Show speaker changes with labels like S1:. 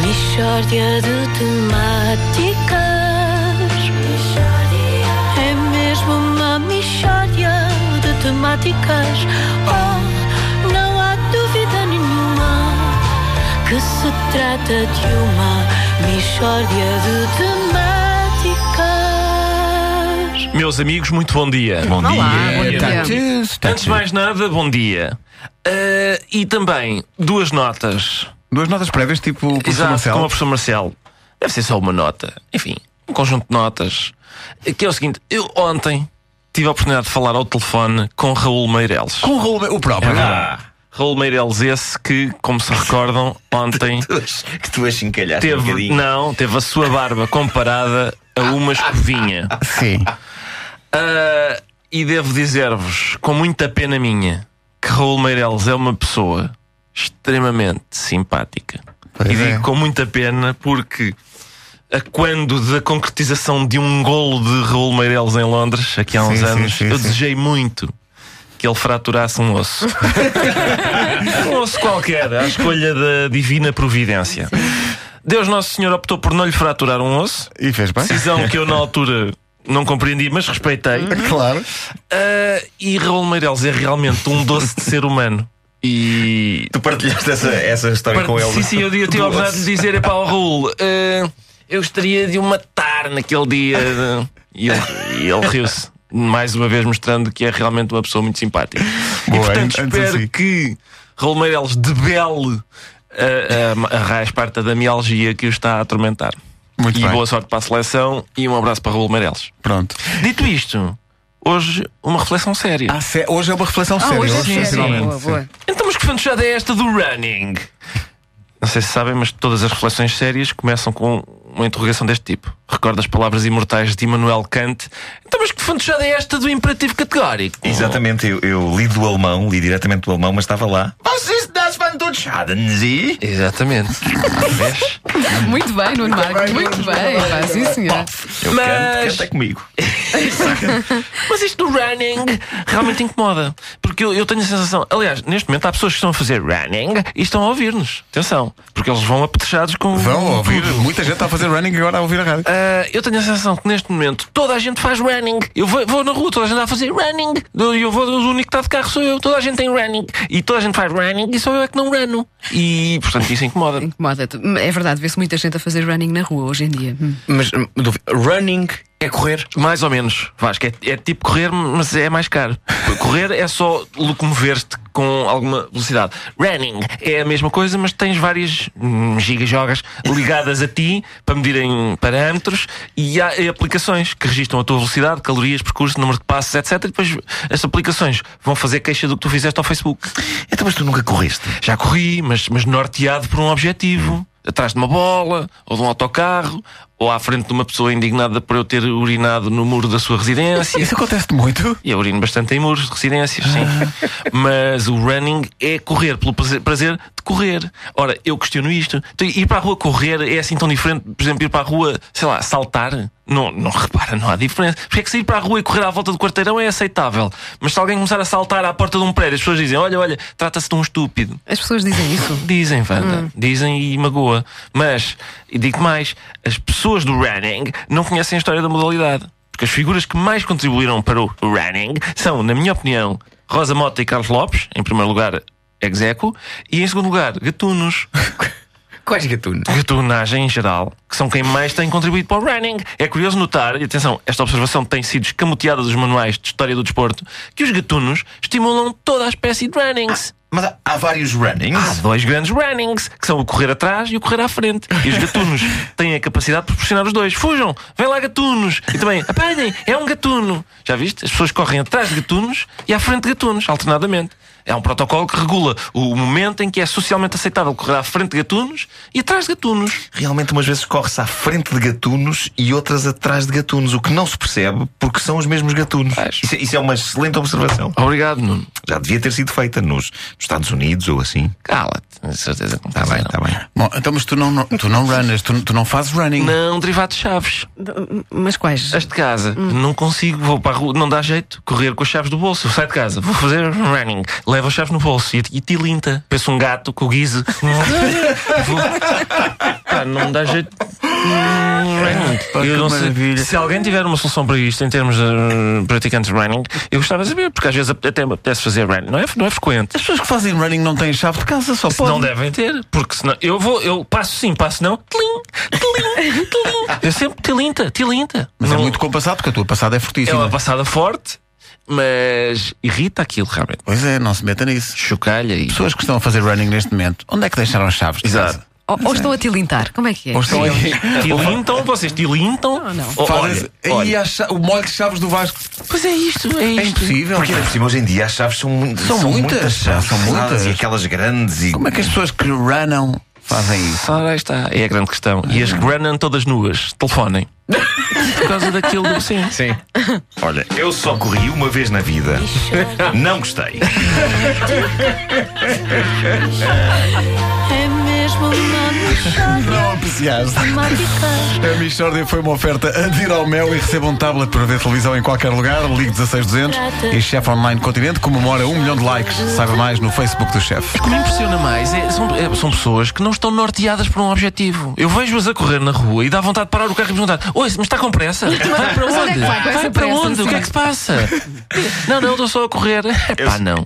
S1: Mistória de temáticas. É mesmo uma mistória de temáticas. Oh, não há dúvida nenhuma que se trata de uma mistória de temáticas.
S2: Meus amigos, muito bom dia.
S3: Bom
S4: Olá,
S3: dia.
S4: bom dia.
S3: Tá tens, tá
S2: Antes de
S3: tens.
S2: mais nada, bom dia. Ah, e também duas notas.
S3: Duas notas prévias, tipo o professor
S2: Exato,
S3: Marcelo.
S2: como o professor Marcelo. Deve ser só uma nota. Enfim, um conjunto de notas. Que é o seguinte: eu ontem tive a oportunidade de falar ao telefone com Raul Meireles.
S3: Com o Raul- Um o
S2: É
S3: próprio. é?
S2: Raul Meireles, esse que, como se recordam, ontem
S4: que tu achincalhaste um
S2: teve,
S4: bocadinho.
S2: não, teve a sua barba comparada a uma escovinha.
S3: Sim.
S2: Ah, e devo dizer-vos, com muita pena minha, que Raul Meireles é uma pessoa extremamente simpática.
S3: Pois
S2: e
S3: é.
S2: digo com muita pena porque a quando da concretização de um golo de Raul Meireles em Londres, aqui há uns
S3: Sim, sim,
S2: anos,
S3: sim,
S2: eu
S3: sim.
S2: desejei muito que ele fraturasse um osso. um osso qualquer, à escolha da divina providência. Deus Nosso Senhor optou por não lhe fraturar um osso,
S3: E fez bem?
S2: decisão que eu na altura não compreendi, mas respeitei.
S3: Claro.
S2: Ah, e Raul Meireles é realmente um doce de ser humano. E.
S4: Tu partilhaste essa, essa história com ele.
S2: Sim, sim, eu, eu tive a oportunidade de lhe dizer: é pá, Raul, ah, eu gostaria de o matar naquele dia. de- E ele, e ele riu-se, mais uma vez mostrando que é realmente uma pessoa muito simpática.
S3: Boa,
S2: e portanto,
S3: antes
S2: espero
S3: assim.
S2: que Raul Meireles debele ah, a, a, a raiz parte da mialgia que o está a atormentar.
S3: Muito
S2: e
S3: bem.
S2: boa sorte para a seleção e um abraço para Raul Meireles.
S3: Pronto.
S2: Dito isto, hoje uma reflexão séria.
S3: Ah, sé- Hoje é uma reflexão
S4: Ah,
S3: séria.
S4: hoje é séria.
S3: sensivelmente,
S4: Boa,
S3: sim.
S4: boa.
S2: Então, mas que fantochada é esta do running? Não sei se sabem, mas todas as reflexões sérias começam com uma interrogação deste tipo. Recorda as palavras imortais de Immanuel Kant. Então, mas que fantochada é esta do imperativo categórico?
S4: Exatamente, eu, eu li do alemão, li diretamente do alemão, mas estava lá. Vocês das Ah, van e.
S2: Exatamente. Vês?
S5: Muito bem, Nuno Marco. Muito bem. Pá, sim, senhor.
S4: Eu canto,
S2: Mas-
S4: canta comigo.
S2: Mas isto do running realmente incomoda. Porque eu, eu tenho a sensação. Aliás, neste momento há pessoas que estão a fazer running e estão a ouvir-nos. Atenção. Porque eles vão apetrechados com.
S3: Vão
S2: com
S3: ouvir.
S2: tudo.
S3: Muita gente está a fazer running agora a ouvir a rádio.
S2: Ah, eu tenho a sensação que neste momento toda a gente faz running. Eu vou, vou na rua, toda a gente está a fazer running. Eu eu vou, o único que está de carro sou eu. Toda a gente tem running. E toda a gente faz running e só eu é que não rano. E, portanto, isso incomoda.
S5: Incomoda-te. É verdade, vê-se muita gente a fazer running na rua hoje em dia. Hum.
S6: Mas hum, dúvida, running é correr.
S2: Mais ou menos, Vasco. É, é tipo correr, mas é mais caro. Correr é só locomover-te com alguma velocidade. Running é a mesma coisa, mas tens várias hum, gigajogas ligadas a ti para medirem parâmetros e há eh, aplicações que registram a tua velocidade, calorias, percurso, número de passos, etc. E depois essas aplicações vão fazer queixa do que tu fizeste ao Facebook.
S4: Então, mas tu nunca correste.
S2: Já corri, mas, mas norteado por um objetivo. Atrás de uma bola, ou de um autocarro, ou à frente de uma pessoa indignada por eu ter urinado no muro da sua residência.
S3: Isso acontece muito.
S2: E eu urino bastante em muros de residências, sim. Mas o running é correr, pelo prazer, prazer de correr. Ora, eu questiono isto. Então, ir para a rua correr é assim tão diferente, por exemplo, ir para a rua, sei lá, saltar? Não, não repara, não há diferença. Porque é que sair para a rua e correr à volta do quarteirão é aceitável. Mas se alguém começar a saltar à porta de um prédio, as pessoas dizem: olha, olha, trata-se de um estúpido.
S5: As pessoas dizem isso.
S2: Dizem, Wanda.
S6: Hum.
S2: Dizem e magoa. Mas, e digo mais, as pessoas do running não conhecem a história da modalidade. Porque as figuras que mais contribuíram para o running são, na minha opinião, Rosa Mota e Carlos Lopes, em primeiro lugar, Execo, e em segundo lugar, Gatunos.
S6: Quais gatunos?
S2: Gatunagem em geral, que são quem mais tem contribuído para o running. É curioso notar, e atenção, esta observação tem sido escamoteada dos manuais de história do desporto, que os gatunos estimulam toda a espécie de runnings.
S4: Mas há, há vários runnings.
S2: Há dois grandes runnings, que são o correr atrás e o correr à frente. E os gatunos têm a capacidade de proporcionar os dois. Fujam, vem lá gatunos. E também, apanhem, é um gatuno. Já viste? As pessoas correm atrás de gatunos e à frente de gatunos, alternadamente. É um protocolo que regula o momento em que é socialmente aceitável correr à frente de gatunos e atrás de gatunos.
S4: Realmente, umas vezes corre-se à frente de gatunos e outras atrás de gatunos, o que não se percebe porque são os mesmos gatunos.
S2: Pois.
S4: Isso, é- isso é uma excelente observação.
S2: Obrigado, Nuno.
S4: Já devia ter sido feita nos Estados Unidos ou assim.
S2: Cala-te. Com certeza que não
S4: Está Tá bem, está bem.
S3: Bom, então, mas tu não, não- tu não runas, tu, tu não fazes running.
S2: Não, derivado de chaves.
S5: Mas quais?
S2: As de casa, não consigo, vou para a rua, não dá jeito correr com as chaves do bolso, sai de casa, vou fazer running. Lembro-me leva as chaves no bolso e, e tilinta. Pensa um gato com o guise. Vou- Pá, não me dá jeito.
S3: pá, que
S2: Eu não sei.
S3: maravilha.
S2: Se alguém tiver uma solução para isto em termos de eh, praticantes de running, eu gostava de saber, porque às vezes até me apetece fazer running. Não é, não é frequente.
S3: As pessoas que fazem running não têm chave de casa, só podem.
S2: Não devem ter, porque senão eu vou, eu passo sim, passo não, tilim, tilim, tilim. Eu sempre tilinta, tilinta.
S3: Mas é
S2: Não-
S3: muito compassado, porque a tua passada é
S2: é
S3: fortíssima.
S2: uma passada forte, mas irrita aquilo realmente.
S3: Pois é, não se meta nisso.
S2: Chocalha e.
S3: Pessoas que estão a fazer running neste momento, onde é que deixaram as chaves? de
S2: Exato.
S3: casa?
S5: Ou, ou estão a tilintar? Como é que é?
S3: Ou estão aí.
S2: Tilintam, vocês tilintam.
S5: Não, não.
S2: Oh,
S3: Fazem
S2: olha,
S3: aí
S2: olha.
S3: as cha- o molho de chaves do Vasco.
S2: Pois é isto, é
S3: É
S2: isto.
S3: impossível.
S4: Porque ainda por cima, hoje em dia, as chaves são, mu-
S3: São muitas,
S4: chaves,
S3: são
S4: pesadas
S3: muitas.
S4: E aquelas grandes e.
S3: Como é que as pessoas que runam fazem isso?
S2: Ora, aí está. É a grande questão. E as que runam todas nuas, telefonem. Por causa daquilo do. Sim.
S6: Sim.
S4: Olha, eu só corri uma vez na vida. Não gostei.
S1: É mesmo uma
S3: Não
S1: mixória
S3: apreciaste.
S1: de temáticas.
S3: A Michórdia foi uma oferta adir ao mel e receba um tablet para ver televisão em qualquer lugar. Ligue 16200 e Chef Online Continente comemora um milhão de likes. Saiba mais no Facebook do Chef.
S2: O que me impressiona mais é- são, é- são pessoas que não estão norteadas por um objetivo. Eu vejo-as a correr na rua e dá vontade de parar o carro e perguntar: Oi, mas está com pressa? Vai para
S5: Mas onde é
S2: onde?
S5: que vai com
S2: para
S5: essa pressa,
S2: onde? O que é que se passa? Não, não, estou só a correr. Epá, não.